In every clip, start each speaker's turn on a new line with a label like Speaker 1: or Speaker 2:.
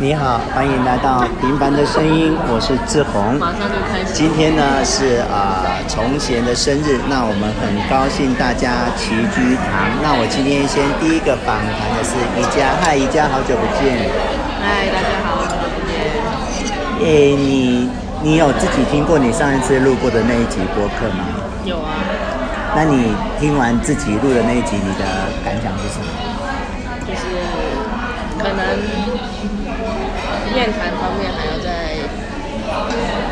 Speaker 1: 你好，欢迎来到《平凡的声音》，我是志宏。
Speaker 2: 马上就开始。
Speaker 1: 今天呢是啊、呃、崇贤的生日，那我们很高兴大家齐聚一堂。那我今天先第一个访谈的是宜家，嗨，宜家，好久不见。
Speaker 2: 嗨，大家好，我是叶。
Speaker 1: 诶，你你有自己听过你上一次录过的那一集播客吗？
Speaker 2: 有啊，
Speaker 1: 那你听完自己录的那一集，你的感想是什么？
Speaker 2: 就是可能面谈方面还要再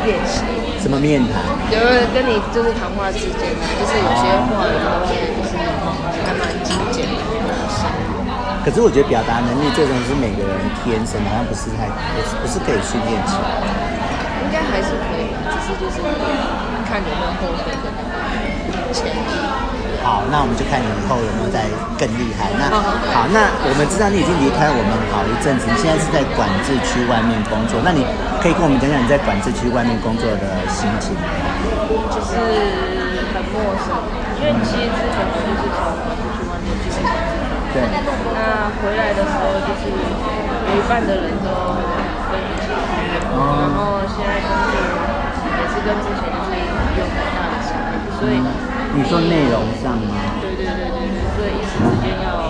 Speaker 2: 练习，
Speaker 1: 什么面谈？
Speaker 2: 就是跟你就是谈话之间呢，就是有些话有东西就是还蛮精简的，没有那么深。
Speaker 1: 可是我觉得表达能力这种是每个人天生的，好像不是太不是不是可以训练起来的。
Speaker 2: 应该还是可以啊吧，只是就是看有没有后悔的那个潜力。
Speaker 1: 好，那我们就看你以后有没有再更厉害。那
Speaker 2: 好好
Speaker 1: 好，那我们知道你已经离开我们好一阵子，你现在是在管制区外面工作。那你可以跟我们讲讲你在管制区外面工作的心情吗？
Speaker 2: 就是很陌生，因为其实之前我就是从国际去外面去上班，
Speaker 1: 对，
Speaker 2: 那回来的时候就是有一半的人都跟以前一样，然后现在工作也是跟之前就是有很大的差异，所以
Speaker 1: 你说内容上吗？
Speaker 2: 对对对对对，所以一时之间要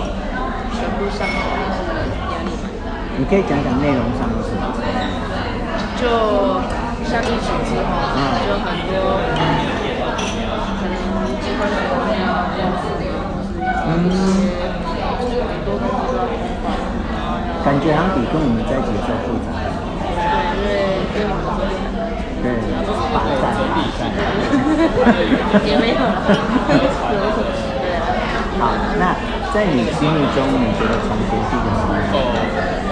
Speaker 2: 全部上手也是压力蛮大的，
Speaker 1: 你可以讲讲内容上的事吗？
Speaker 2: 就像疫情之后
Speaker 1: 嗯，
Speaker 2: 就很多可能机关单位要要负责，或是
Speaker 1: 嗯
Speaker 2: 要一些很多东西都要通报，然后要。
Speaker 1: 感觉好像比跟我们在一起的时候复杂。
Speaker 2: 对，因为跟你们合作很多
Speaker 1: 对，霸占霸占。
Speaker 2: 也没有 啦。对啊，
Speaker 1: 好，那在你心目中，你觉得重新是一个什么样的人？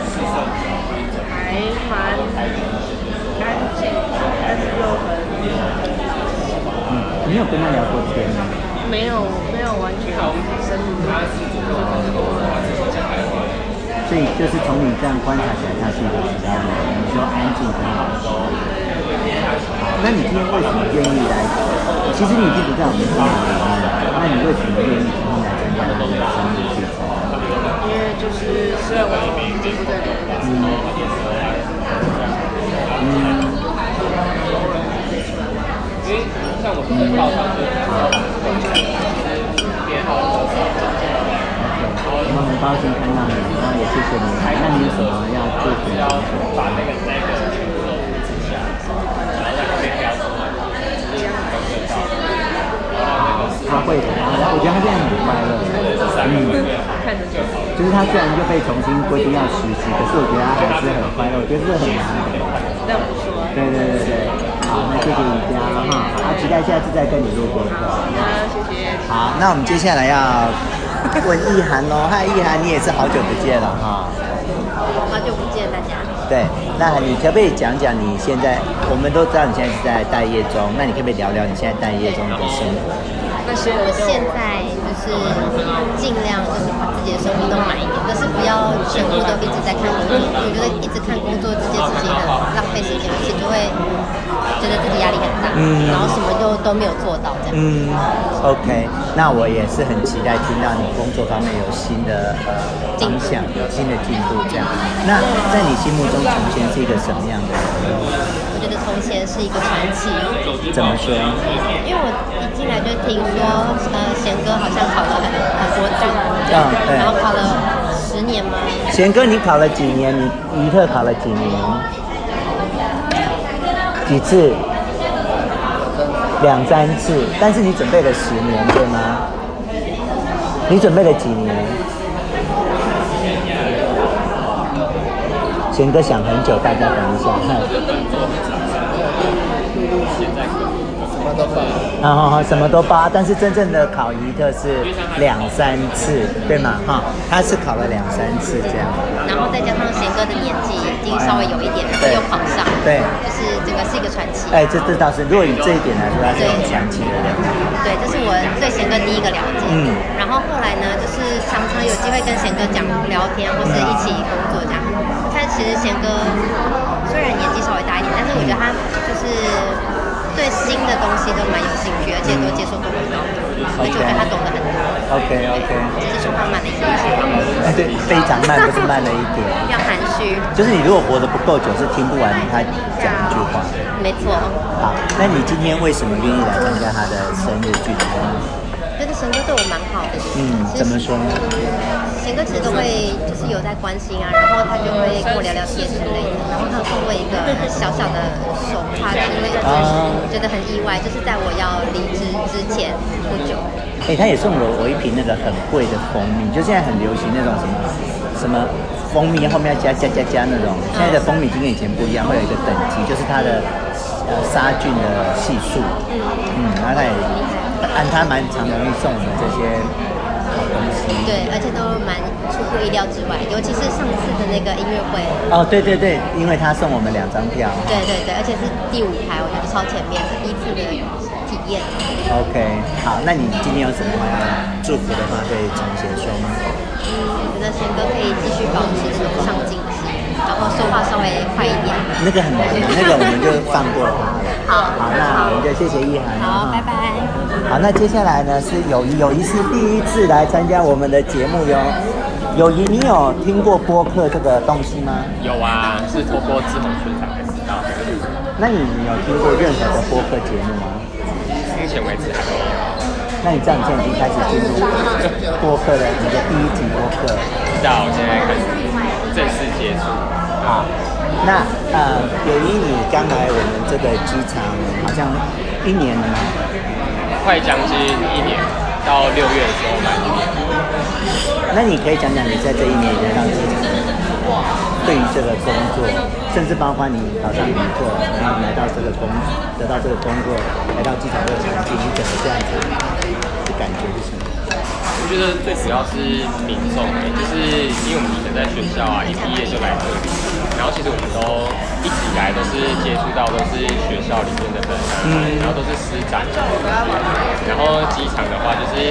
Speaker 2: 还蛮干净，但是又很
Speaker 1: 嗯，你有跟他聊过天吗？
Speaker 2: 没有没有完全深入的
Speaker 1: 所以就是从你这样观察起来，他是一个比较稳定，你说安静很好。好那你今天为什么愿意来？其实你已经不在我们这里了，那你为什么愿意今天来参加我们的生日聚餐？
Speaker 2: 因为就是虽然我已经不在联络，
Speaker 1: 我们很高兴看到你，然后也谢谢你来。那你有什么要祝福的吗？他会的，他我觉得他现在很快乐。嗯。
Speaker 2: 看着就好。
Speaker 1: 就是他虽然就被重新规定要实习，可是我觉得他还是很快乐，我觉得这很难得。
Speaker 2: 但不错啊，
Speaker 1: 对对对对，好，那谢谢你家哈，啊，期待下次再跟你录播客。
Speaker 2: 那谢谢。
Speaker 1: 好，那我们接下来要问意涵 喽，嗨，意涵，你也是好久不见了哈。
Speaker 3: 好久不见大家。
Speaker 1: 对，那你可不可以讲讲你现在？我们都知道你现在是在待业中，那你可不可以聊聊你现在待业中的生活？
Speaker 2: 那些
Speaker 3: 我
Speaker 2: 人就
Speaker 3: 现在就是尽量就是把自己的生活都满一点，但是不要全部都一直在看工作，因为我觉得一直看工作这件事情很浪费时间，而且就会觉得自己压力很大，
Speaker 1: 嗯
Speaker 3: 然后什么都都没有做到这样。
Speaker 1: 嗯，OK，那我也是很期待听到你工作方面有新的呃方向，有新的进步这样。那在你心目中，从前是一个什么样的人？
Speaker 3: 我觉得从前是一个传奇，
Speaker 1: 怎么说？
Speaker 3: 因为我一进来就听说，呃，贤哥好像考了很很多卷，
Speaker 1: 嗯对
Speaker 3: 然后考了十年吗？
Speaker 1: 贤哥，你考了几年？你尼特考了几年？几次？两三次。但是你准备了十年，对吗？你准备了几年？贤哥想很久，大家等一下。然后什么都八，但是真正的考一特是两三次，对吗？哈、他是考了两三次这样。
Speaker 3: 然后再加上贤哥的年纪已经稍微有一点，然后又考上，
Speaker 1: 对
Speaker 3: 就是这个是一个传奇。
Speaker 1: 哎，这这倒是，如果以这一点来说，它是很长期的量。
Speaker 3: 对，这是我对贤哥第一个了解。
Speaker 1: 嗯
Speaker 3: 然后后来呢，就是常常有机会跟贤哥讲聊天，或是一起工作这样。但其实贤哥虽然年纪稍微大一点，但是我觉得他就是对新的东西都蛮有兴趣，而且都接受过很多，而且我觉得他懂得很多。
Speaker 1: OK
Speaker 3: 对
Speaker 1: OK，啊
Speaker 3: 这是说话慢的一些一些方面，
Speaker 1: 哎对，非常慢，不是慢了一点。
Speaker 3: 要含蓄。
Speaker 1: 就是你如果活得不够久，是听不完他讲一句话。
Speaker 3: 没错，
Speaker 1: 好，那你今天为什么愿意来参加他的生日聚餐？
Speaker 3: 那个神哥对我蛮好的。
Speaker 1: 嗯，
Speaker 3: 其实
Speaker 1: 怎么说呢？
Speaker 3: 贤哥其实都会就是有在关心啊，然后他就会跟我聊聊天之类的，然后他送我一个小小的手帕之类的，
Speaker 1: 啊
Speaker 3: 我觉得很意外，就是在我要离职之前不久，
Speaker 1: 哎、他也送了我一瓶那个很贵的蜂蜜，就现在很流行那种什么什么蜂蜜后面要加加加加那种。现
Speaker 3: 嗯
Speaker 1: 在的蜂蜜已经跟以前不一样，会有一个等级，就是它的呃杀菌的系数。嗯，然后他也按他蛮常容易送我们这些好东西。
Speaker 3: 对，而且都蛮出乎意料之外，尤其是上次的那个音乐会，
Speaker 1: 哦，对对对，因为他送我们两张票。
Speaker 3: 对对对，而且是第五排，我觉得超前面，是第一次的体验。
Speaker 1: OK，好，那你今天有什么祝福的话对陈贤说吗？
Speaker 3: 我觉得贤哥可以继续保持这种上进心，然后说话稍微快一点。
Speaker 1: 那个很难的，那个我们就放过他了。
Speaker 3: 好
Speaker 1: 好，那我们就谢谢意涵了
Speaker 3: 好，
Speaker 1: 哈
Speaker 3: 拜。拜。
Speaker 1: 好，那接下来呢是友谊，友谊是第一次来参加我们的节目哟。友谊，你有听过播客这个东西吗？
Speaker 4: 有啊，是透过志宏学长才知道的，
Speaker 1: 那你有听过任何的播客节目吗？
Speaker 4: 目前为止还没有。
Speaker 1: 那你这样你现在已经开始进入播客了，你的第一集播客。
Speaker 4: 知道我现在开始正式接触，
Speaker 1: 好，那呃，友谊，你刚来我们这个机场好像一年了吗？
Speaker 4: 快将近一年，到六月的时候满一年。
Speaker 1: 那你可以讲讲你在这一年来到机场，对于这个工作，甚至包括你考上旅客，然后来到这个工，得到这个工作，来到机场这个环境，你整个这样子的感觉是什么？
Speaker 4: 我觉得最主要是民众、欸，就是因为我们以前在学校啊，一毕业就来这里，然后其实我们都一直以来都是接触到都是学校里面的人啊，然后都是师长，然后机场的话就是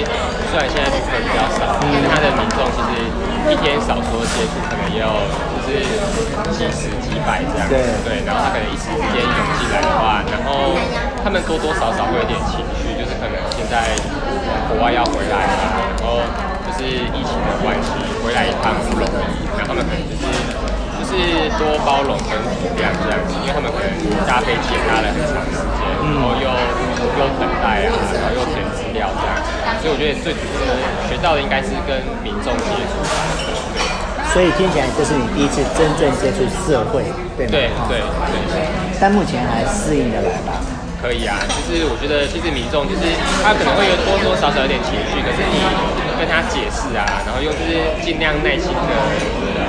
Speaker 4: 虽然现在旅客比较少，但是它的民众其实一天少说接触可能也有就是几十几百这样，
Speaker 1: 对
Speaker 4: 对，然后他可能一时之间涌进来的话，然后他们多多少少会有点情绪，就是可能现在国外要回来了，然后就是疫情的关系，回来一趟不容易，然后他们可能就是就是多包容跟体谅这样子，因为他们可能搭飞机也搭了很长时间，然后又又等待啊，然后又填资料这样子，所以我觉得最主要的学到的应该是跟民众接触吧，
Speaker 1: 所以听起来这是你第一次真正接触社会，对吗？
Speaker 4: 对
Speaker 1: 哈
Speaker 4: 对。对。
Speaker 1: 但目前还适应的来吧？
Speaker 4: 可以啊，就是我觉得其实民众就是他可能会有多多少少有点情绪，可是你跟他解释啊，然后用就是尽量耐心的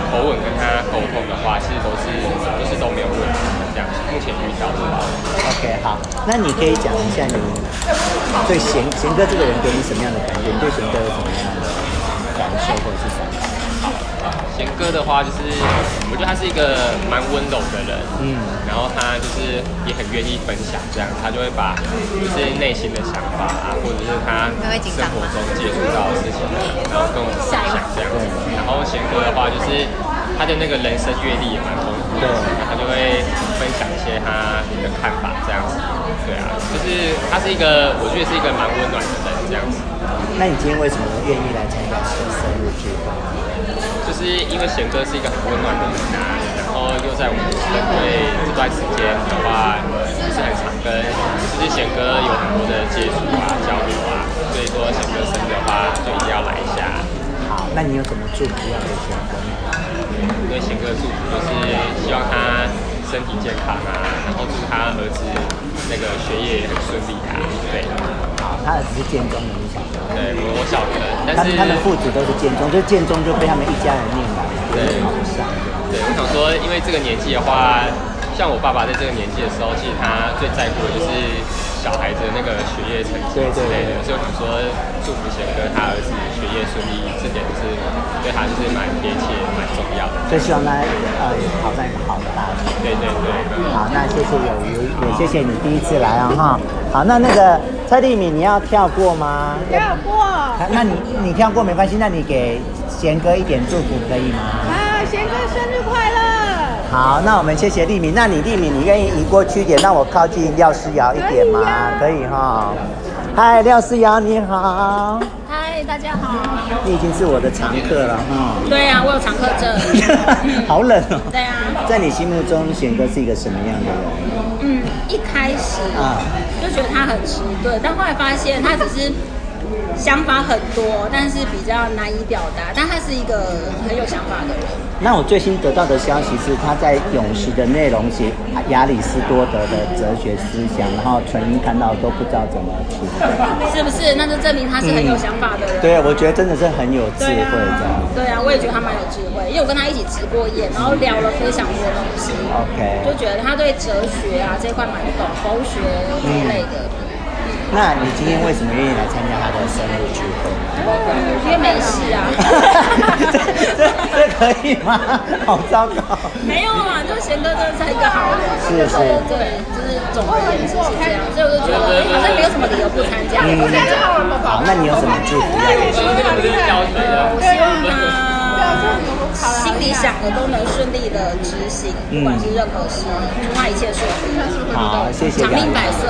Speaker 4: 口吻跟他沟通的话，其实都是都是都没有问题的这样子。目前遇到的话，
Speaker 1: OK，好，那你可以讲一下你对贤贤哥这个人给你什么样的感觉？你对贤哥有什么样的感受或者是什么？
Speaker 4: 贤哥的话就是我觉得他是一个蛮温柔的人，
Speaker 1: 嗯，
Speaker 4: 然后他就是也很愿意分享，这样他就会把就是内心的想法啊，或者是他生活中接触到的事情，然后跟我们分享这样子。然后贤哥的话，就是他的那个人生阅历也蛮丰富的，他就会分享一些他的看法这样子。对啊，就是他是一个，我觉得是一个蛮温暖的人这样子。
Speaker 1: 那你今天为什么愿意来参加这个生日聚会？
Speaker 4: 就是因为贤哥是一个很温暖的人啊，然后又在我们团队这段时间的话，就是很常跟就是贤哥有很多的接触啊、交流啊，所以说贤哥生日的话就一定要来一下。
Speaker 1: 好，那你有什么祝福要给贤哥吗？
Speaker 4: 对贤哥祝福就是希望他身体健康啊，然后祝他儿子那个学业也很顺利啊。对，
Speaker 1: 好，他儿子是建中的，你想？
Speaker 4: 对我我小的，
Speaker 1: 他
Speaker 4: 但
Speaker 1: 们
Speaker 4: 是
Speaker 1: 他们父子都是建中，就是建中就被他们一家人念完，
Speaker 4: 对
Speaker 1: 好像。
Speaker 4: 对，我想说，因为这个年纪的话，像我爸爸在这个年纪的时候，其实他最在乎的就是小孩子的那个学业成绩之类的，所以我想说，祝福贤哥他儿子学业顺利，这点是对他就是蛮贴切、蛮重要的。
Speaker 1: 所以希望他呃考上一个好的大学。
Speaker 4: 对对对，
Speaker 1: 好，那谢谢友谊，也谢谢你第一次来啊、哈。好，那那个蔡丽敏，你要跳过吗？
Speaker 5: 跳过啊！
Speaker 1: 那你你跳过没关系，那你给贤哥一点祝福可以吗？
Speaker 5: 贤哥生日快乐！
Speaker 1: 好，那我们谢谢丽敏。那你丽敏，你愿意移过去一点，让我靠近廖思瑶一点吗？可以哈。嗨，廖思瑶你好，
Speaker 5: 嗨，大家好。
Speaker 1: 你已经是我的常客了哈。
Speaker 5: 对啊，我有常客证。
Speaker 1: 好冷哦。
Speaker 5: 对啊，
Speaker 1: 在你心目中，贤哥是一个什么样的人
Speaker 5: 嗯，一开始
Speaker 1: 啊？
Speaker 5: 就觉得他很迟钝，但后来发现他只是想法很多，但是比较难以表达。但他是一个很有想法的人。
Speaker 1: 那我最新得到的消息是，他在泳池的内容写亚里士多德的哲学思想，然后纯英看到都不知道怎么去。
Speaker 5: 是不是？那就证明他是很有想法的人。
Speaker 1: 对，啊我觉得真的是很有智
Speaker 5: 对
Speaker 1: 慧
Speaker 5: 啊
Speaker 1: 的。，
Speaker 5: 对啊，我也觉得他蛮有智慧，因为我跟他一起直过夜，然后聊了非常多东西，就
Speaker 1: OK，
Speaker 5: 觉得他对哲学啊这一块蛮懂，佛学这一类的。
Speaker 1: 那你今天为什么愿意来参加他的生日聚会？嗯
Speaker 5: 因为没事啊
Speaker 1: 这这这可以吗？ 好糟糕。
Speaker 5: 没有啊，就贤哥真的是一个好人，
Speaker 1: 是是
Speaker 5: 对对，就是总而言之是这样，所以我就觉得哎好像没有什么理由不参加。
Speaker 1: 嗯
Speaker 5: 我，
Speaker 1: 好，那你有什么祝福？
Speaker 4: 这个不是标准的，
Speaker 5: 希望他呃心里想的都能顺利的执行，不管是任何事，祝他一切顺利，
Speaker 1: 嗯好，谢谢
Speaker 5: 嗯长
Speaker 1: 两位。
Speaker 5: 命百岁。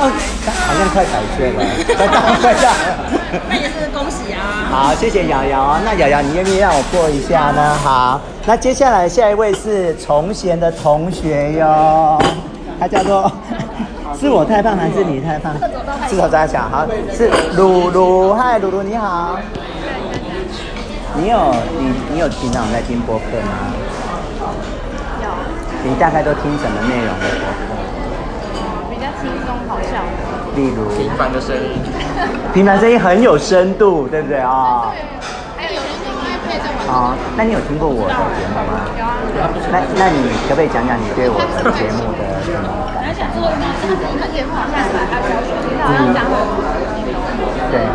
Speaker 1: 哦，好像快百岁了，快到快到。
Speaker 5: 那也是恭喜啊！
Speaker 1: 好，谢谢瑶瑶啊。那瑶瑶，你愿不愿意让我过一下呢？好，那接下来下一位是崇贤的同学哟，他叫做 是我太胖还是你太胖？是头在想，好，是鲁鲁，嗨，鲁鲁你好。你有你你有平常有在听播客吗？有。你大概都听什么内容的播客？比较轻松好笑的。例如。
Speaker 4: 平凡的声音，
Speaker 1: 平凡声音很有深度，对不对啊？好，哦那你有听过我的节目吗？那那你可不可以讲讲你对我的节目的什么感想？对，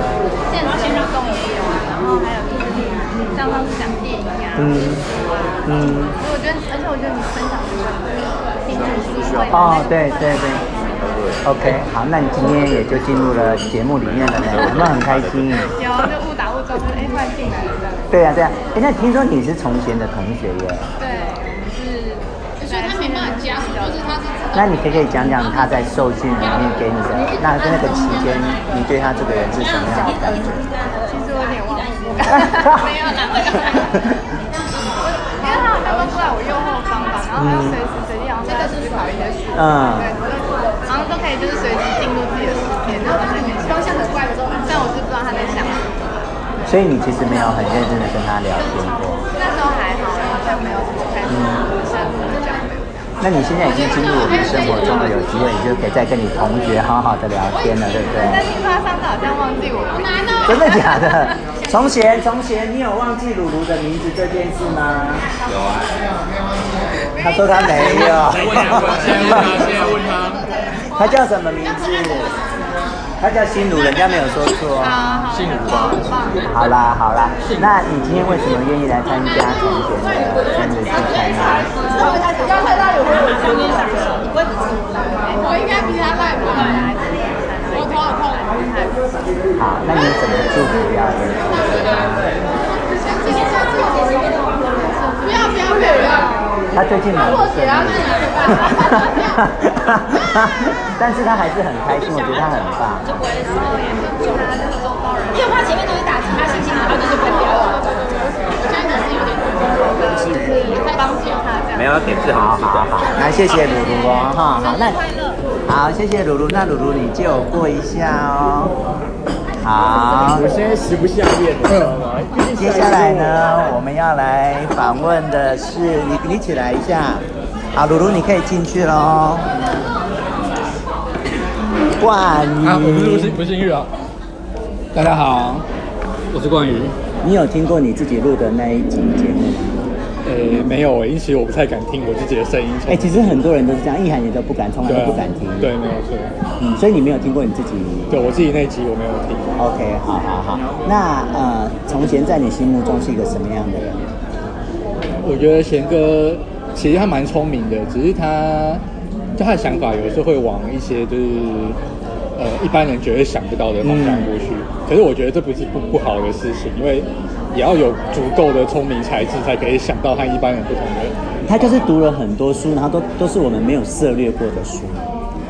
Speaker 1: 嗯嗯，哦，对对对，OK，好，那你今天也就进入了节目里面了 呢，有没有很开心？
Speaker 6: 有就误打误撞，就是哎，快进来了。
Speaker 1: 对呀、啊、对呀、啊，哎，那听说你是从前的同学耶，
Speaker 6: 对，就是，所以他没办法加速，就是他是
Speaker 1: 那你可不可以讲讲他在受训里面给你的，那那个期间你对他这个人是什么样的感觉？
Speaker 6: 其实我有点忘记了，没有啦，没有啦。因为他好像都坐在我右后方吧，然后他要随时随地好像在思考一些事，
Speaker 1: 嗯
Speaker 6: 对，然后都可以就是随时进入自己的世界，然后就是方向很怪，但我是不知道他在想什么。
Speaker 1: 所以你其实没有很认真的跟他聊天过。
Speaker 6: 那时候还好，好像没有什么太深入的交流。
Speaker 1: 那你现在已经进入我们生活中了，有机会你就可以再跟你同学好好的聊天了，对不
Speaker 6: 但
Speaker 1: 对？
Speaker 6: 听说他上次好像忘记我的名字，
Speaker 1: 真的假的？从前，从前，你有忘记鲁鲁的名字这件事吗？有啊。他说他没有。
Speaker 7: 啊
Speaker 1: 他叫什么名字？他叫心如，人家没有说错。
Speaker 4: 幸福吧。
Speaker 1: 好啦，好啦，那你今天为什么愿意来参加同学的生日聚会呢？
Speaker 6: 我应该比他赖吧，我头好痛。
Speaker 1: 好，那你怎么祝福呀？
Speaker 6: 不要不要不要！
Speaker 1: 他最近蛮顺利的，但是他还是很开心，我觉得他很棒。
Speaker 5: 因为怕前面东西打击他信心，然后就是喷掉了。
Speaker 8: 没有要点字很
Speaker 1: 好
Speaker 8: 自
Speaker 1: 好
Speaker 8: 的。
Speaker 1: 好，那谢谢鲁鲁哦，哈，好，那好，谢谢鲁鲁，那鲁鲁你借我过一下哦。好，
Speaker 8: 我现在食不下咽，你知道吗？
Speaker 1: 接下来呢，我们要来访问的是你，你起来一下。好，鲁鲁，你可以进去喽。冠
Speaker 8: 啊，我不是不是
Speaker 1: 宇，
Speaker 8: 不是玉啊。大家好，我是冠宇。
Speaker 1: 你有听过你自己录的那一集节目吗？
Speaker 8: 呃，没有诶，因此我不太敢听我自己的声音。
Speaker 1: 哎、其实很多人都是这样，一喊也都不敢，从来
Speaker 8: 对啊
Speaker 1: 都不敢听。
Speaker 8: 对，没有错。
Speaker 1: 嗯，所以你没有听过你自己。
Speaker 8: 对我自己那集我没有听。
Speaker 1: OK，好好好。那呃，从前在你心目中是一个什么样的人？
Speaker 8: 我觉得贤哥其实他蛮聪明的，只是他就他的想法有时候会往一些就是呃一般人觉得想不到的方向过去。
Speaker 1: 嗯
Speaker 8: 可是我觉得这不是不不好的事情，因为也要有足够的聪明才智才可以想到和一般人不同的。
Speaker 1: 他就是读了很多书，然后都都是我们没有涉略过的书。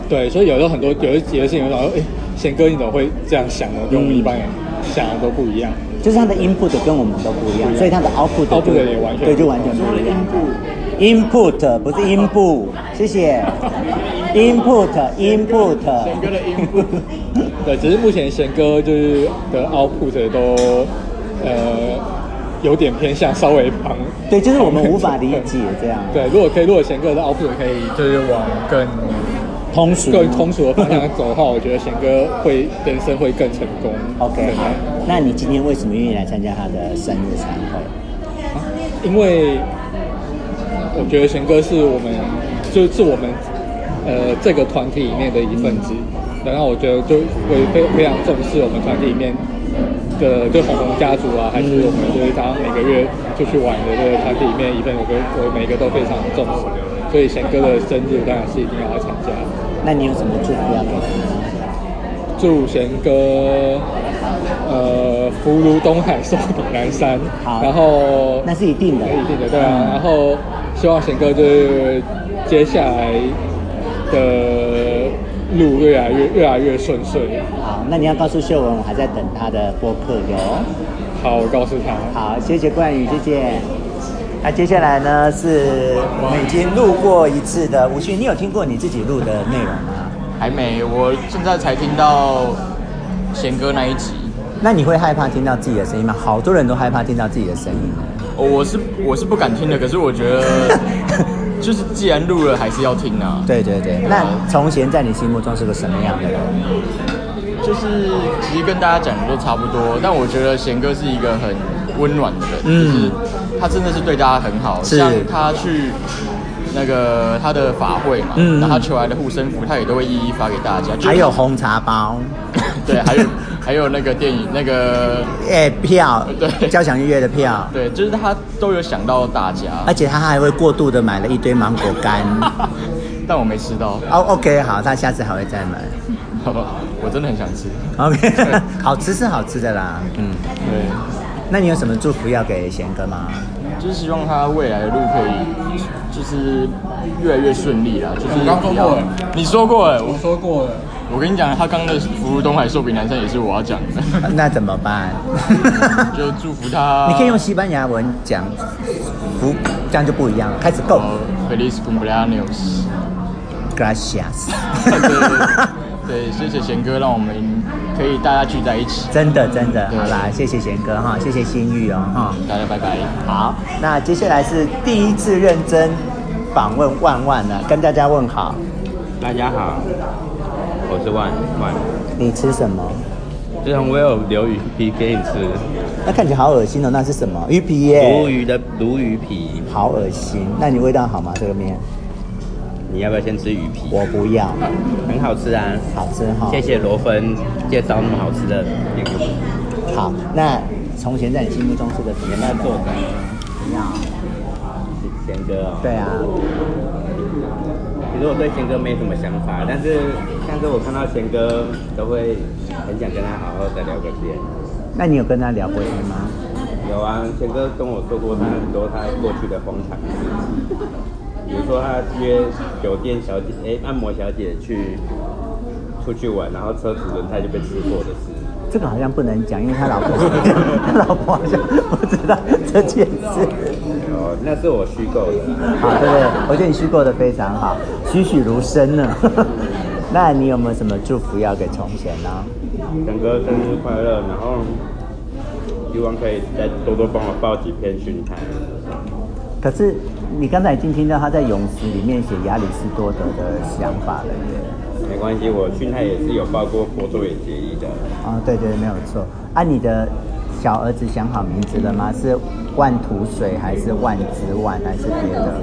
Speaker 8: 对，所以有时候很多
Speaker 1: 嗯
Speaker 8: 有一些事情，我想说，哎、贤哥你怎么会这样想呢？跟我们一般人想的都不一样。
Speaker 1: 就是他的 input 跟我们都不一样，所以他的 output 就
Speaker 8: output 也完全
Speaker 1: 对，就完全不一样。input 不是 input，谢谢。input input
Speaker 8: 贤哥的 input 对，只是目前贤哥就是的 output 都呃有点偏向稍微旁，
Speaker 1: 对，就是我们无法理解这样。
Speaker 8: 对，如果可以，如果贤哥的 output 可以就是往更
Speaker 1: 通俗
Speaker 8: 更通俗的方向走的话，我觉得贤哥会人生会更成功。
Speaker 1: OK，
Speaker 8: 对
Speaker 1: 好。那你今天为什么愿意来参加他的生日餐会？
Speaker 8: 因为我觉得贤哥是我们，就是我们呃这个团体里面的一份子，
Speaker 1: 嗯
Speaker 8: 然后我觉得就我也非非常重视我们团体里面的就红红家族啊，还是我们就是大家每个月出去玩的这个团体里面一份，我跟我每个都非常重视，所以贤哥的生日当然是一定要来参加。
Speaker 1: 那你有什么祝福要给他吗？
Speaker 8: 祝贤哥，呃，福如东海，寿比南山。
Speaker 1: 好
Speaker 8: 然后
Speaker 1: 那是一定的啦，嗯
Speaker 8: 一定的，对啊。然后希望贤哥就是接下来的路越来越越来越顺遂。
Speaker 1: 好，那你要告诉秀文，我还在等他的播客哟。
Speaker 8: 好，我告诉他。
Speaker 1: 好，谢谢冠宇，谢谢。那、接下来呢，是我们已经录过一次的吴旭，你有听过你自己录的内容吗？
Speaker 7: 还没，我现在才听到贤哥那一集。
Speaker 1: 那你会害怕听到自己的声音吗？好多人都害怕听到自己的声音。
Speaker 7: 哦我是我是不敢听的，可是我觉得 就是既然录了，还是要听啊。
Speaker 1: 对对对，那从前在你心目中是个什么样的人？
Speaker 7: 就是其实跟大家讲的都差不多，但我觉得贤哥是一个很温暖的人，
Speaker 1: 嗯
Speaker 7: 就是他真的是对大家很好，
Speaker 1: 是
Speaker 7: 像他去那个他的法会嘛，
Speaker 1: 嗯
Speaker 7: 然后他求来的护身符，他也都会一一发给大家，就是
Speaker 1: 还有红茶包，
Speaker 7: 对，还有还有那个电影那个
Speaker 1: 哎、票，
Speaker 7: 对
Speaker 1: 交响乐的票，
Speaker 7: 对，就是他都有想到大家，
Speaker 1: 而且他还会过度的买了一堆芒果 干。
Speaker 7: 但我没吃到，
Speaker 1: 哦、o k 好，他下次还会再买。
Speaker 7: 好吧，我真的很想吃，
Speaker 1: OK，好 吃是好吃的啦。嗯，
Speaker 7: 对。
Speaker 1: 那你有什么祝福要给贤哥吗？
Speaker 7: 就是希望他未来的路可以，就是越来越顺利啦。就是
Speaker 8: 我刚说过了，
Speaker 7: 你说过了。我
Speaker 8: 说过了，
Speaker 7: 我跟你讲，他刚刚的福如东海，寿比南山也是我要讲的，
Speaker 1: 呃那怎么办？
Speaker 7: 就祝福他。
Speaker 1: 你可以用西班牙文讲，不，这样就不一样了。开始 Go
Speaker 7: 呃 Feliz cumpleaños。
Speaker 1: Gracias
Speaker 7: 对对，谢谢贤哥，让我们可以大家聚在一起。
Speaker 1: 真的真的，
Speaker 7: 对
Speaker 1: 好啦，谢谢贤哥哈，谢谢心玉哦哈。
Speaker 7: 大家拜拜。
Speaker 1: 好，那接下来是第一次认真访问万万了，跟大家问好。
Speaker 9: 大家好，我是万万，
Speaker 1: 你吃什么？
Speaker 9: 之前我有留鱼皮给你吃，
Speaker 1: 那看起来好恶心哦，那是什么？鱼皮耶、
Speaker 9: 鲈鱼的鲈鱼皮，
Speaker 1: 好恶心。那你味道好吗？这个面
Speaker 9: 你要不要先吃鱼皮？
Speaker 1: 我不要，
Speaker 9: 很好吃啊，
Speaker 1: 好吃哈、
Speaker 9: 谢谢罗芬介绍那么好吃的给我。
Speaker 1: 好，那从前在你心目中是个什么样的
Speaker 9: 做的
Speaker 1: 人？
Speaker 9: 贤哥哦，
Speaker 1: 对啊，
Speaker 9: 其实我对贤哥没什么想法，但是但是我看到贤哥都会很想跟他好好的聊个天。
Speaker 1: 那你有跟他聊过天吗？
Speaker 9: 有啊，贤哥跟我说过他很多他过去的风采，比如说他约酒店小姐、哎、按摩小姐去出去玩，然后车子轮胎就被吃破的事。
Speaker 1: 这个好像不能讲，因为他老婆， 他老婆好像不知道这件事。
Speaker 9: 哦，那是我虚构的。
Speaker 1: 好，对对，我觉得你虚构的非常好，栩栩如生呢。 那你有没有什么祝福要给从前呢？
Speaker 9: 贤哥生日快乐，然后希望可以再多多帮我报几篇巡台。
Speaker 1: 可是你刚才已经听到他在泳池里面写亚里士多德的想法了耶。
Speaker 9: 没关系，我训态也是有报过佛作也协议的。
Speaker 1: 哦，对对，没有错。啊，你的小儿子想好名字了吗？是万土水还是万之万还是别的？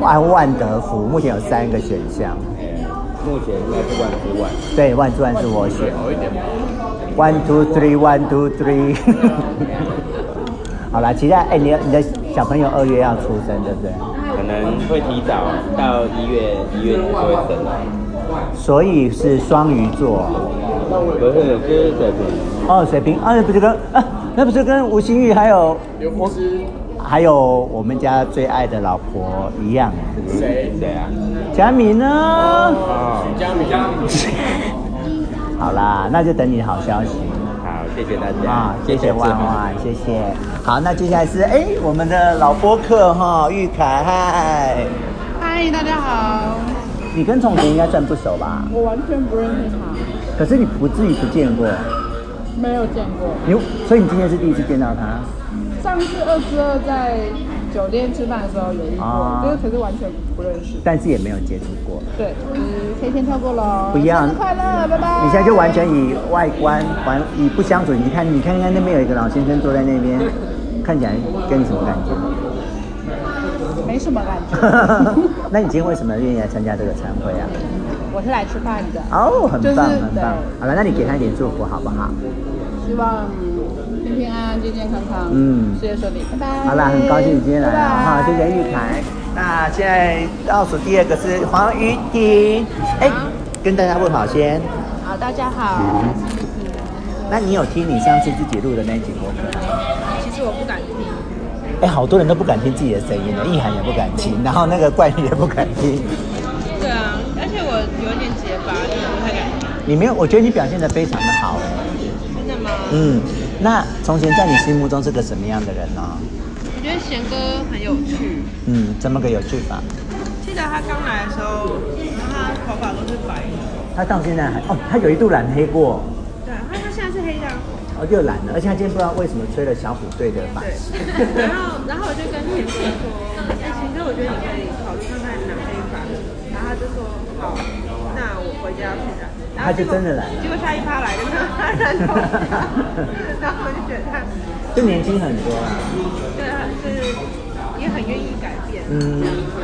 Speaker 1: 万万德福，目前有三个选项。
Speaker 9: 哎，目前应该是万之万。
Speaker 1: 对，万之万是我选。One two three, one two three 。 好啦，期待哎、你的你的小朋友二月要出生，对不对？
Speaker 9: 可能会提早到一月，一月就会生了。
Speaker 1: 所以是双鱼座
Speaker 9: 不是，就是水平。
Speaker 1: 哦，水瓶，啊，那不就跟啊，那不就跟吴欣玉还有我，还有我们家最爱的老婆一样，
Speaker 9: 谁？谁啊？
Speaker 1: 贾敏呢？
Speaker 9: 哦，
Speaker 1: 好啦，那就等你的好消息。
Speaker 9: 好，谢谢大家
Speaker 1: 啊，谢谢万万，谢谢。好，那接下来是哎我们的老播客哈，玉凯，嗨，
Speaker 10: 嗨，大家好，
Speaker 1: 你跟崇贤应该算不熟吧？
Speaker 10: 我完全不认识他，
Speaker 1: 可是你不至于不见过，
Speaker 10: 没有见过。
Speaker 1: 你所以你今天是第一次见到他。
Speaker 10: 上次二十二在酒店吃饭的时候有遇
Speaker 1: 啊
Speaker 10: 过，这个可是完全不认识。
Speaker 1: 但是也没有接触过，
Speaker 10: 对，嗯，可以先跳过喽。
Speaker 1: 不要
Speaker 10: 生日快乐，拜拜。
Speaker 1: 你现在就完全以外观完以不相准。你看，你看看那边有一个老先生坐在那边，看起来跟你什么感觉？
Speaker 10: 没什么感觉。
Speaker 1: 那你今天为什么愿意来参加这个餐会啊？
Speaker 10: 我是来吃饭的，
Speaker 1: 哦，很
Speaker 10: 就是
Speaker 1: 棒，很棒
Speaker 10: 对。
Speaker 1: 好了，那你给他一点祝福好不好？
Speaker 10: 希望平平安安、健健康康，
Speaker 1: 嗯
Speaker 10: 事业顺利，拜拜。
Speaker 1: 好啦，很高兴你今天来了
Speaker 10: 拜
Speaker 1: 哈，
Speaker 10: 拜
Speaker 1: 谢谢玉凯。那现在倒数第二个是黄雨婷，哎、跟大家问好先。嗯
Speaker 10: 好，大家好。
Speaker 1: 那你有听你上次自己录的那一集播客吗？
Speaker 2: 其实我不敢听，
Speaker 1: 哎，好多人都不敢听自己的声音的，意涵也不敢听， 然后那个怪力也不敢听。
Speaker 2: 对啊，而且我有点结巴，就是不太敢听。
Speaker 1: 你没有，我觉得你表现得非常的好。
Speaker 2: 真的吗？
Speaker 1: 嗯，那从前在你心目中是个什么样的人呢、
Speaker 2: 我觉得贤哥很有趣。
Speaker 1: 嗯，怎么个有趣法？
Speaker 2: 记得他刚来的时候，然后他头发都是白的，
Speaker 1: 他到现在还哦，他有一度染黑过，
Speaker 2: 对，他他现在是黑的啊。
Speaker 1: 哦，又染了，而且他今天不知道为什么吹了小虎队的发
Speaker 2: 对
Speaker 1: 型。
Speaker 2: 然后，然后我就跟田哥说，哎、贤哥，我觉得你可以考虑看看染黑发。然后他就说，好，那我回家去染。然
Speaker 1: 他
Speaker 2: 后
Speaker 1: 就
Speaker 2: 结果
Speaker 1: 真的染了
Speaker 2: 结果下一趴来的时候，他染头发，然后我就觉得他，
Speaker 1: 就年轻很多啊。
Speaker 2: 对，他就是也很愿意改变。
Speaker 1: 嗯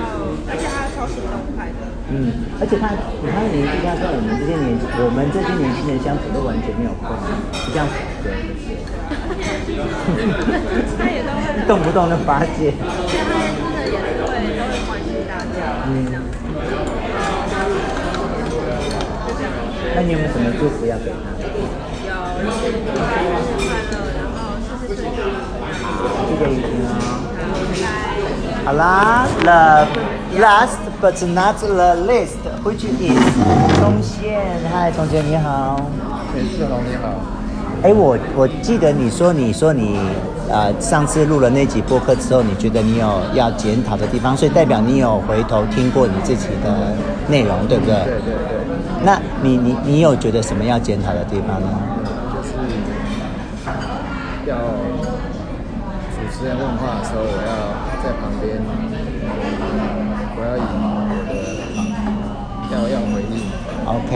Speaker 2: 然后，而且他超行动派的，
Speaker 1: 嗯，而且他你看他年纪大，跟我们这些年我们这些年轻人相处都完全没有共鸣，不像对，
Speaker 2: 他也都会很，
Speaker 1: 动不动就发泄。
Speaker 2: 他他的演奏会都会关心大家。
Speaker 1: 嗯。那你有没有什么祝福要给他？有，谢谢雨婷哦。好啦，the last but not the least, which is 钟宪。嗨，钟宪你好。
Speaker 7: 没事，龙你好。
Speaker 1: 哎，我我记得你说你说你呃上次录了那几播客之后，你觉得你有要检讨的地方，所以代表你有回头听过你自己的内容，对不对？
Speaker 7: 对对对，
Speaker 1: 那你你你有觉得什么要检讨的地方呢？
Speaker 7: 就是要主持人问话的时候，我要在旁边，我要以我的要要回应。
Speaker 1: OK，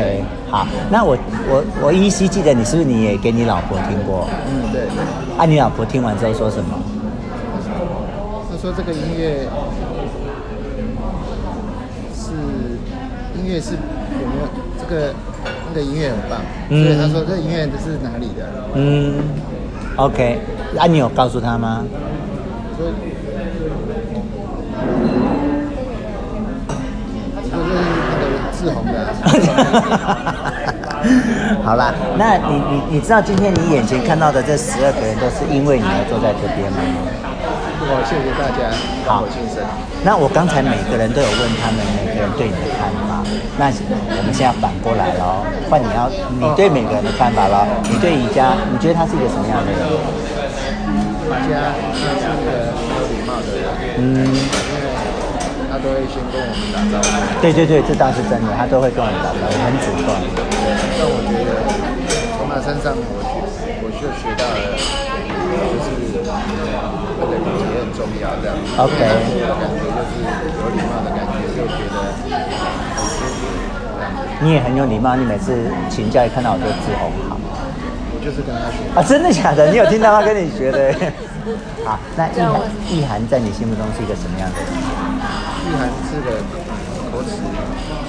Speaker 1: 好，那我我我依稀记得你是不是你也给你老婆听过？
Speaker 7: 嗯，对。
Speaker 1: 啊，你老婆听完之后说什么？
Speaker 7: 他说这个音乐是音乐是有没有这个那个音乐很棒，
Speaker 1: 嗯
Speaker 7: 所以他说这个音乐这是哪里的？
Speaker 1: 嗯，OK，啊，你有告诉她吗？
Speaker 7: 我说我说这是那个志宏的啊、
Speaker 1: 好啦，那你你你知道今天你眼前看到的这十二个人都是因为你而坐在这边吗？
Speaker 7: 我谢谢大家让我晋升。
Speaker 1: 那我刚才每个人都有问他们每个人对你的看法，那我们现在反过来喽，换你要你对每个人的看法喽，你对宜家，你觉得他是一个什么样的人？
Speaker 7: 大家他是一个很有礼貌的人，
Speaker 1: 嗯，
Speaker 7: 因为他都会先跟我们打招呼。嗯
Speaker 1: 对对对，这倒是真的，他都会跟我们打招呼，很主动。
Speaker 7: 但我觉得从他身上我学，我就学到了，就是那个礼节很重要，这样。
Speaker 1: OK
Speaker 7: 给我的感觉就是有礼貌的感觉，就觉得很舒服。这样
Speaker 1: 你也很有礼貌，你每次请假一看到我就自红好
Speaker 7: 我就是跟他学。
Speaker 1: 啊，真的假的？你有听到他跟你学的？ 好，那意涵，意涵在你心目中是一个什么样的人？
Speaker 7: 意涵是个口齿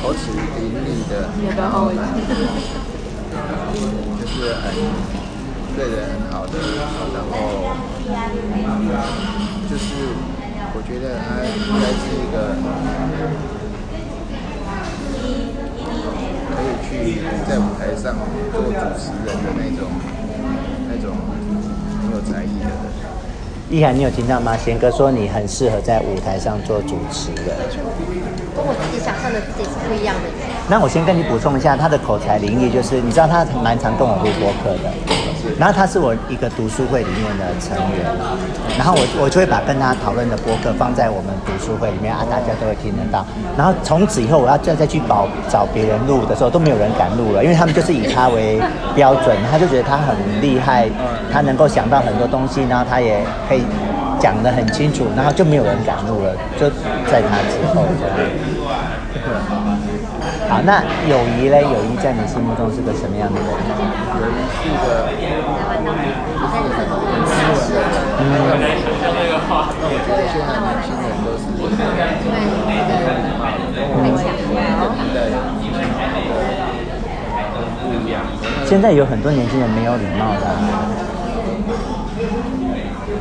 Speaker 7: 口齿伶俐的，然后呢，就是很对人很好的，然后就是我觉得他应该是一个可以去在舞台上做主持人的那种那种很有才艺的人。
Speaker 1: 意涵，你有听到吗？贤哥说你很适合在舞台上做主持人。
Speaker 3: 跟我自己想象的自己是不一样的人。
Speaker 1: 那我先跟你补充一下，他的口才伶俐，就是你知道他蛮常跟我录播客的，然后他是我一个读书会里面的成员，然后我我就会把跟他讨论的播客放在我们读书会里面啊，大家都会听得到。然后从此以后，我要再再去找找别人录的时候，都没有人敢录了，因为他们就是以他为标准，他就觉得他很厉害，他能够想到很多东西，然后他也可以讲得很清楚，然后就没有人敢录了，就在他之后这样。好，那友谊嘞？友谊在你心目中是个什么样的人？
Speaker 3: 在你的大事，
Speaker 1: 现在有很多年轻人没有礼貌的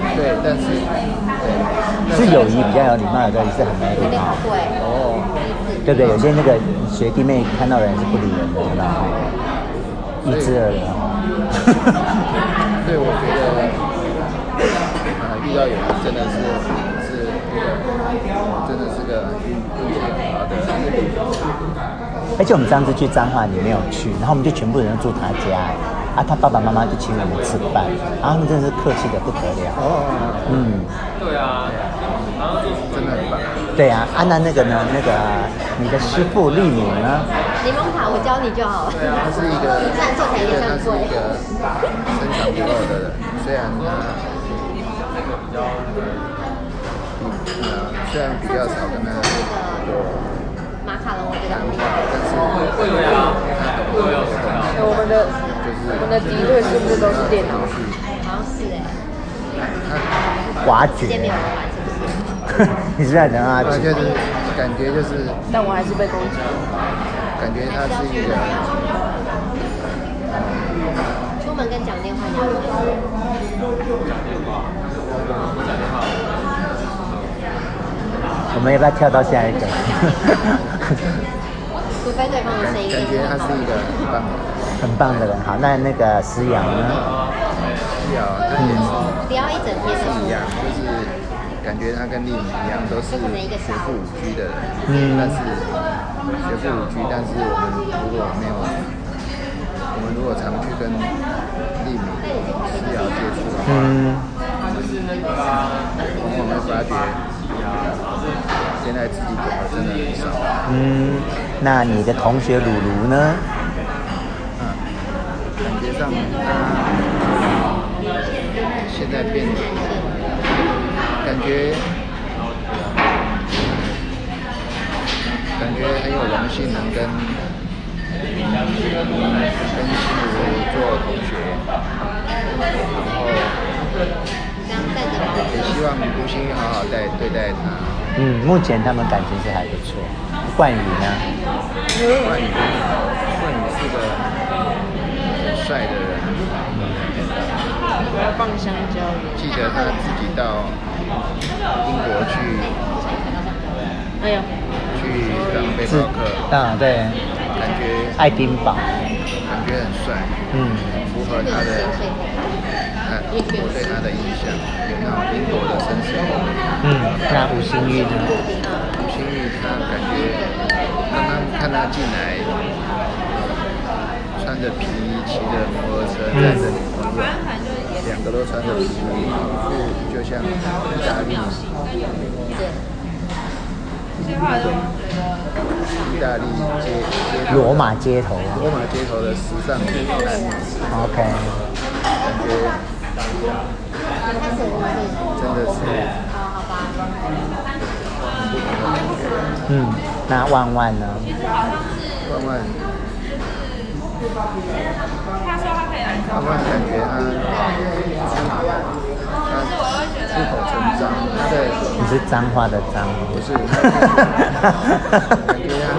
Speaker 1: 啊、
Speaker 7: 对，但是
Speaker 1: 是友谊比较有礼貌，有的人是很没
Speaker 3: 有
Speaker 1: 礼
Speaker 3: 点
Speaker 1: 貌，
Speaker 3: 贵，
Speaker 1: 对不对？有些那个学弟妹看到人是不理人的，有没有？一只耳朵。
Speaker 7: 对我觉得呃遇到友谊真的是是一个真的是个运气很好的。
Speaker 1: 而且哎我们上次去彰化，你没有去，然后我们就全部人都住他家，哎啊，他爸爸妈妈就请我们吃饭，然后他们真的是客气的不得了，
Speaker 7: 哦，
Speaker 1: 嗯，
Speaker 4: 对啊，然后就是
Speaker 7: 真的很棒。
Speaker 1: 对啊，安、娜那个呢，那个啊你的师傅丽敏呢，
Speaker 3: 柠檬塔我教你就好了。
Speaker 7: 对啊，他是一 个，
Speaker 3: 你站错台阶
Speaker 7: 对，
Speaker 3: 上
Speaker 7: 他是一
Speaker 3: 跪。
Speaker 7: 个身强体壮的人，虽然他。嗯呃虽然比较少跟他有
Speaker 3: 马卡龙我觉得很厉
Speaker 7: 但
Speaker 3: 害，
Speaker 7: 是他懂得
Speaker 2: 我们的我们的敌对是不是都是电脑？
Speaker 3: 好像是哎，
Speaker 1: 挖
Speaker 3: 今天没
Speaker 1: 掘
Speaker 3: 有，人玩是不 是？
Speaker 1: 你是在讲他
Speaker 7: 他就是感觉就是
Speaker 2: 但我还是被攻击。
Speaker 7: 感觉他是一个
Speaker 3: 出门跟讲电话一样吗。
Speaker 1: 我们要不要跳到下一个？
Speaker 3: 除非对方的声音
Speaker 7: 感觉他是一个很棒的
Speaker 1: 很棒的人，好，那那个石瑶呢？嗯
Speaker 7: 需要，他也是
Speaker 3: 不要一整天的
Speaker 7: 一
Speaker 3: 出
Speaker 7: 样
Speaker 3: 门，，
Speaker 7: 就是感觉他跟丽敏一样都是学富五居的人，
Speaker 1: 嗯
Speaker 7: 但是学富五居，但是我们如果没有，我们如果常去跟丽敏私聊接触的话，
Speaker 1: 嗯，
Speaker 7: 往往会发觉，现在自己懂得真的很少。
Speaker 1: 嗯，那你的同学鲁鲁呢？
Speaker 7: 感觉上他现在变，感觉感觉很有荣幸能跟跟新竹做同学，然后
Speaker 3: 这样站着吗？
Speaker 7: 也希望吴昕好好待对待他。
Speaker 1: 嗯，目前他们感情是还不错。冠宇呢？
Speaker 7: 冠宇，冠宇是个很帅的人，
Speaker 2: 不要放香蕉。
Speaker 7: 记得他自己到英国去。
Speaker 2: 哎呀，
Speaker 7: 去当背包客，
Speaker 1: 啊，对，
Speaker 7: 感觉
Speaker 1: 爱丁堡。
Speaker 7: 感觉很帅，
Speaker 1: 嗯，
Speaker 7: 符合他的，呃，我对他的印象，有那种英国的绅士风。
Speaker 1: 嗯，那吴心玉呢？
Speaker 7: 吴新玉他感觉，刚刚看他进来，穿着皮衣，骑着摩托
Speaker 1: 嗯
Speaker 7: 车，站着女朋友，两个都穿着皮衣，就像意大利，意大利街街头
Speaker 1: 罗马街头。
Speaker 7: 罗马街头的时尚男女
Speaker 1: OK，
Speaker 7: 感觉
Speaker 3: 开始是
Speaker 7: 真的是
Speaker 1: 嗯，那万万呢？
Speaker 7: 万万。万万感觉他，他出口成章，他的
Speaker 1: 你是脏话的脏。
Speaker 7: 不是，他是感觉他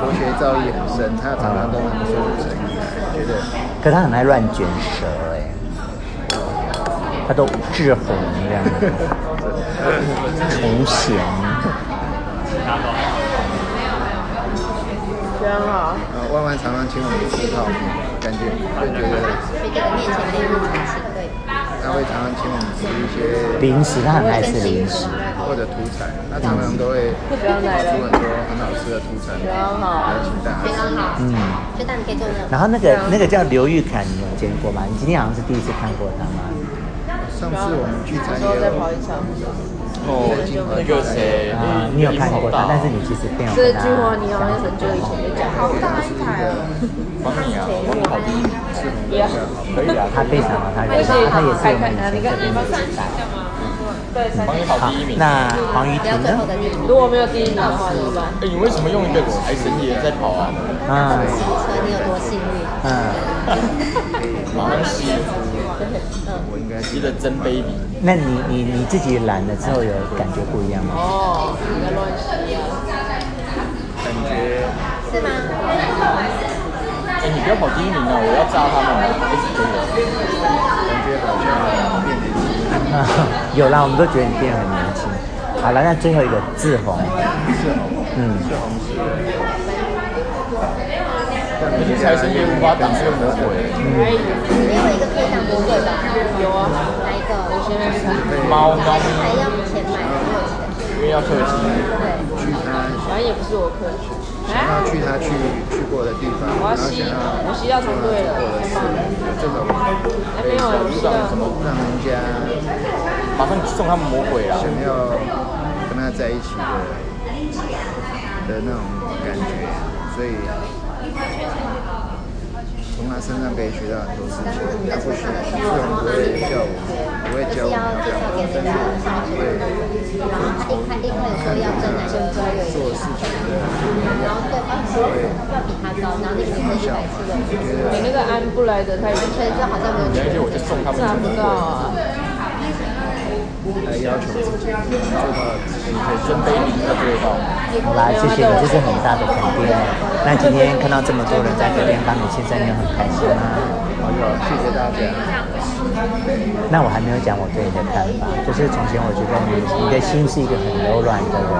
Speaker 7: 国学造诣很深，他常常都能说出成语来，觉得
Speaker 1: 可他很爱乱卷舌哎、他都志红这样，红弦。
Speaker 2: 真好。
Speaker 7: 呃万万常常请我们吃泡面，感觉会觉得
Speaker 3: 学姐的面前没有人情对，
Speaker 7: 他会常常请我们吃一些
Speaker 1: 零食，他很爱吃零食。
Speaker 7: 或者土产，他常常都会
Speaker 2: 不要奶
Speaker 7: 跑出
Speaker 2: 了
Speaker 7: 很多很好吃的土产品，
Speaker 2: 刚好
Speaker 7: 还有请大家
Speaker 3: 刚
Speaker 7: 吃。
Speaker 3: 好，
Speaker 1: 嗯
Speaker 3: 就当你可以做那个
Speaker 1: 然后那个那个叫刘玉凯，你有见过吗？你今天好像是第一次看过他吗？
Speaker 7: 上次我们聚餐
Speaker 2: 之
Speaker 7: 也
Speaker 2: 后再
Speaker 7: 有
Speaker 2: 跑一场。
Speaker 4: 哦那个谁
Speaker 1: 啊，你有看过他，但是你其实没有
Speaker 2: 这
Speaker 1: 跟他
Speaker 2: 句话你好像很久以前就讲过，
Speaker 6: 大一台
Speaker 2: 啊
Speaker 6: 哦，
Speaker 7: 黄米啊，黄米好吃，是很
Speaker 2: 也
Speaker 7: 可以啊
Speaker 1: 他非常好，他也是他也是我们以前这边的同事
Speaker 2: 对，三
Speaker 4: 帮你跑
Speaker 1: 好
Speaker 4: 第一，名。
Speaker 1: 那黄瑜
Speaker 3: 不要
Speaker 1: 婷
Speaker 3: 最后
Speaker 1: 呢？
Speaker 3: 的那个
Speaker 2: 如果没有第一名的话怎么办？
Speaker 4: 哎，你为什么用一个财神爷在跑啊？
Speaker 1: 啊，
Speaker 3: 骑车，你有多幸运？
Speaker 1: 嗯，
Speaker 4: 好像是
Speaker 7: 我应该是
Speaker 4: 一个真 baby。
Speaker 1: 那你你你自己染了之后有感觉不一样吗？
Speaker 2: 哦，自己在乱吸啊。
Speaker 7: 感觉
Speaker 3: 是吗？
Speaker 4: 哎，你不要跑第一名啊！我要炸他们啊！一直追我。
Speaker 7: 感觉好像变年轻
Speaker 1: 啊，
Speaker 7: 了，
Speaker 1: 有啦，我们都觉得你变得很年轻。好了，那最后一个志宏，
Speaker 7: 是红，
Speaker 1: 嗯，
Speaker 7: 是红是。
Speaker 4: 可是财神爷无法挡这个魔鬼。
Speaker 3: 你有一个可以当魔鬼吧？有啊，哪一个？我现在
Speaker 4: 猫猫，
Speaker 3: 还要钱买，没有钱。
Speaker 4: 因为要客气。
Speaker 7: 去他
Speaker 2: 反正也不是我客气。
Speaker 7: 想要去他去去过的地方，然
Speaker 2: 我要
Speaker 7: 后
Speaker 2: 吸
Speaker 7: 想要，
Speaker 2: 我吸到成对了，
Speaker 7: 做的
Speaker 2: 太
Speaker 7: 事
Speaker 2: 棒了。，
Speaker 7: 有这种
Speaker 2: 哎，没有，我吸
Speaker 7: 让
Speaker 2: 到
Speaker 7: 什么让人家
Speaker 4: 马上送他们魔鬼啦！
Speaker 7: 想要跟他在一起的的那种感觉，所以从他身上可以学到很多事情。他不学，志宏不会教我，不会
Speaker 3: 就是
Speaker 7: 教我
Speaker 3: 要
Speaker 7: 们要
Speaker 3: 介
Speaker 7: 干
Speaker 3: 绍
Speaker 7: 嘛
Speaker 3: 给，那
Speaker 7: 但
Speaker 3: 个
Speaker 7: 是
Speaker 3: 小
Speaker 7: 我
Speaker 3: 学
Speaker 7: 会
Speaker 3: 生，然后他一开一开始说要正男生交友，然后对方说
Speaker 7: 做事情的
Speaker 3: 要比他高，然后那个女生一百七的，
Speaker 2: 你那个安布莱德太
Speaker 3: 完全就好像没有觉
Speaker 4: 而
Speaker 3: 得
Speaker 4: 且我就送他们
Speaker 2: 拿
Speaker 4: 成
Speaker 2: 不
Speaker 4: 魔
Speaker 2: 到
Speaker 4: 鬼，
Speaker 2: 啊。
Speaker 7: 来要求自己，做到
Speaker 4: 你可以真 baby 要做得到。
Speaker 1: 好啦，谢谢你，这是很大的肯定。那今天看到这么多人在这边帮你庆生，你有很开心吗？
Speaker 7: 好友，谢谢大家。
Speaker 1: 那我还没有讲我对你的看法，就是从前我觉得你你的心是一个很柔软的人，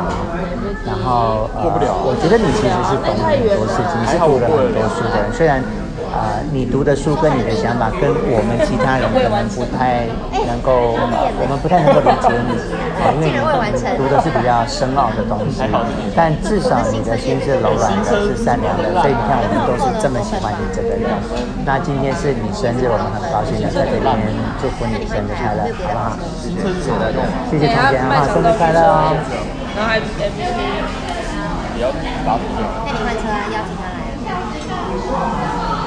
Speaker 1: 然后呃，
Speaker 4: 过不了
Speaker 1: 我觉得你其实是懂很多事情，你是读了很多书的人，虽然。啊、你读的书跟你的想法跟我们其他人可能不太能够，呃我们不太能够理解你，啊，因为你读的是比较深奥的东西，但至少你的心是柔软的，是善良的，所以你看我们都是这么喜欢你这个人。那今天是你生日，我们很高兴的在这边祝福你生日快乐，好不好？谢谢童姐哈，生日快乐哦！
Speaker 2: 然后还 M V P。
Speaker 3: 那你换车啊，邀请他来啊。